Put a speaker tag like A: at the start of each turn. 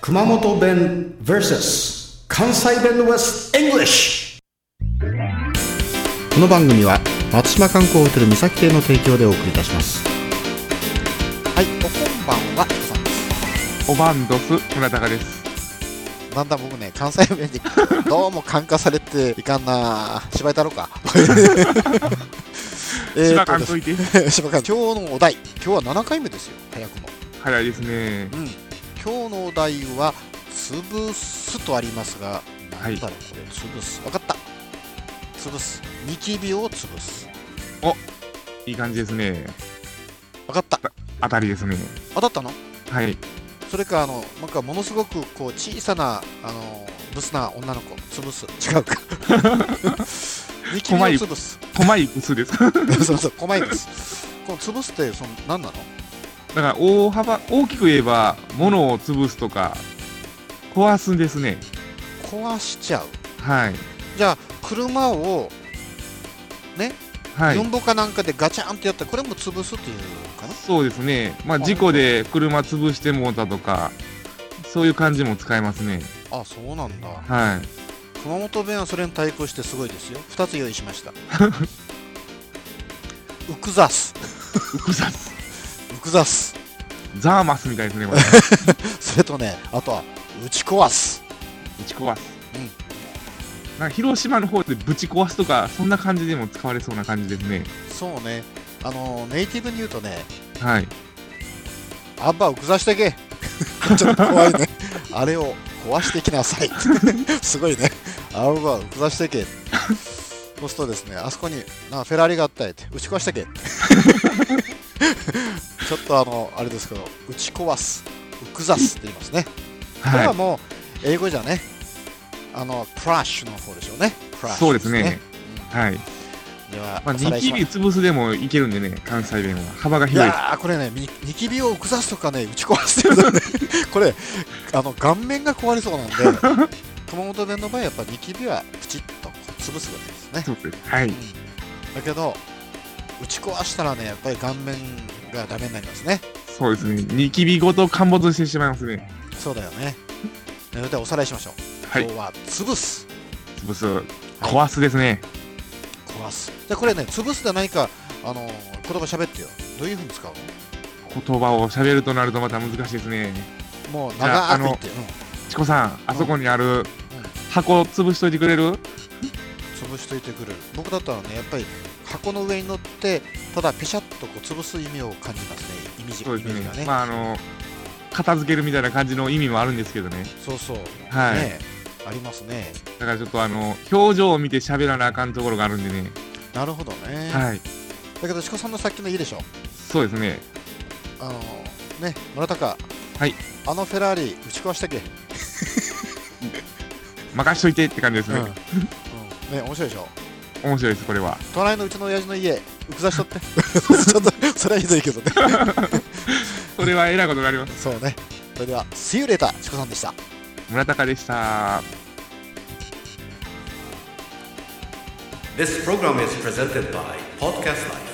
A: 熊本弁 VS 関西弁 West English この番組は松島観光ホテル三崎邸の提供でお送りいたします
B: はい、おこんばんは、おさんです。
C: おばんどす村高です。
B: だんだん僕ね、関西弁で、どうも感化されていかんなぁ。芝居太郎か。え
C: 芝
B: ーと
C: 監
B: です
C: 督いて。
B: ね、 芝監督今日のお題、今日は7回目ですよ、早くも。
C: 早いですね。
B: うん。今日のお題は、潰すとありますが、な
C: はい
B: んだろう、これ、潰す。わかった。潰す。ニキビを潰す。
C: いい感じですね。
B: わかった。
C: 当たりですね。
B: 当たったの
C: はい。
B: それか、あの、なんかものすごく、こう、小さな、あの、ブスな女の子、潰す。違 うか。ニキビを潰す。
C: 細いブスです。 だか
B: そうそう、細いです。この潰すって、その、何なの
C: ら大幅、大きく言えば、物を潰すとか、壊すんですね。
B: 壊しちゃう。
C: はい。
B: じゃあ、車を、
C: は
B: 四
C: い。
B: ボかなんかでガチャンってやったら、これも潰すっていうかな。
C: そうですね。まあ、事故で車潰してもうたとか、そういう感じも使えますね。
B: あ、そうなんだ。
C: はい。
B: 熊本弁はそれに対抗してすごいですよ。二つ用意しました。 ウクザス。
C: うくさす。
B: ウクザス。
C: ザーマスみたいですね、 これ。
B: それとね、あとは、打ち壊す。
C: ぶち壊す。なんか広島の方でぶち壊すとか、そんな感じでも使われそうな感じですね。
B: そうね。あの、ネイティブに言うとね、
C: はい。
B: アンバーを崩してけ ちょっと怖いねあれを壊してきなさい すごいねアンバーを崩してけそうするとですねあそこになフェラーリがあったりって打ち壊してけ ちょっとあのあれですけど打ち壊すウクザスって言いますねこれ
C: はい
B: は。もう英語じゃねあのクラッシュの方でしょうねクラッシ
C: そう
B: ュ
C: ですね。はい。
B: では、
C: まあ、
B: お
C: ニ
B: さらいし
C: キ
B: ま
C: ビ潰すでもいけるんでね、関西弁は。幅が
B: い
C: 広い
B: や
C: で
B: ーこれね、ニニキビを崩すとかね、打ち壊してるとね、 これ、あの顔面が壊れそうなん で、熊本弁の場合、やっぱニキビはプチッとこう潰すわけですね。
C: す。そうです。はい。
B: だけど、打ち壊したらね、やっぱり顔面がダメになりますね。
C: そうですね。ニキビごと陥没してしまいますね。
B: そうだよね。なので、おさらいしましょう。
C: はい
B: 今。日は潰す、
C: 潰す。壊すですね。
B: 壊す。で、これね、潰すで何か、あのー言葉喋ってよ。どういうふうに使うの
C: 言葉を喋るとなるとまた難しいですね。
B: もう
C: じゃあ
B: 長く言って、う
C: チコさん、あそこにある箱潰しといてくれる
B: ん、潰しといてくれる。僕だったらね、やっぱり箱の上に乗って、ただペシャッとこう潰す意味を感じますね、イメージ
C: そう
B: イ
C: で
B: メージが
C: すね。
B: ね。
C: まあ、あの、片付けるみたいな感じの意味もあるんですけどね。
B: そうそう、
C: はい
B: ねえありますね。
C: だからちょっとあの、表情を見て喋らなあかんところがあるんでね。
B: なるほどね。
C: はい。
B: だけど、志子さんのさっきのいいでしょ。
C: そうですね。
B: あのね、村高、
C: はい、
B: あのフェラーリ、打ち壊したっけ、
C: 任しといてって感じです
B: うんうん
C: ね。
B: ね、面白いでしょ。
C: 面白いです、これは。
B: 隣のうちの親父の家、うくざしとっ て。ちょっと、それはひどいけどね。
C: それはえらいことになります。
B: そうね。それでは、See you later、志子さんでした。
C: 村高でした。
D: This program is presented by Podcast Life.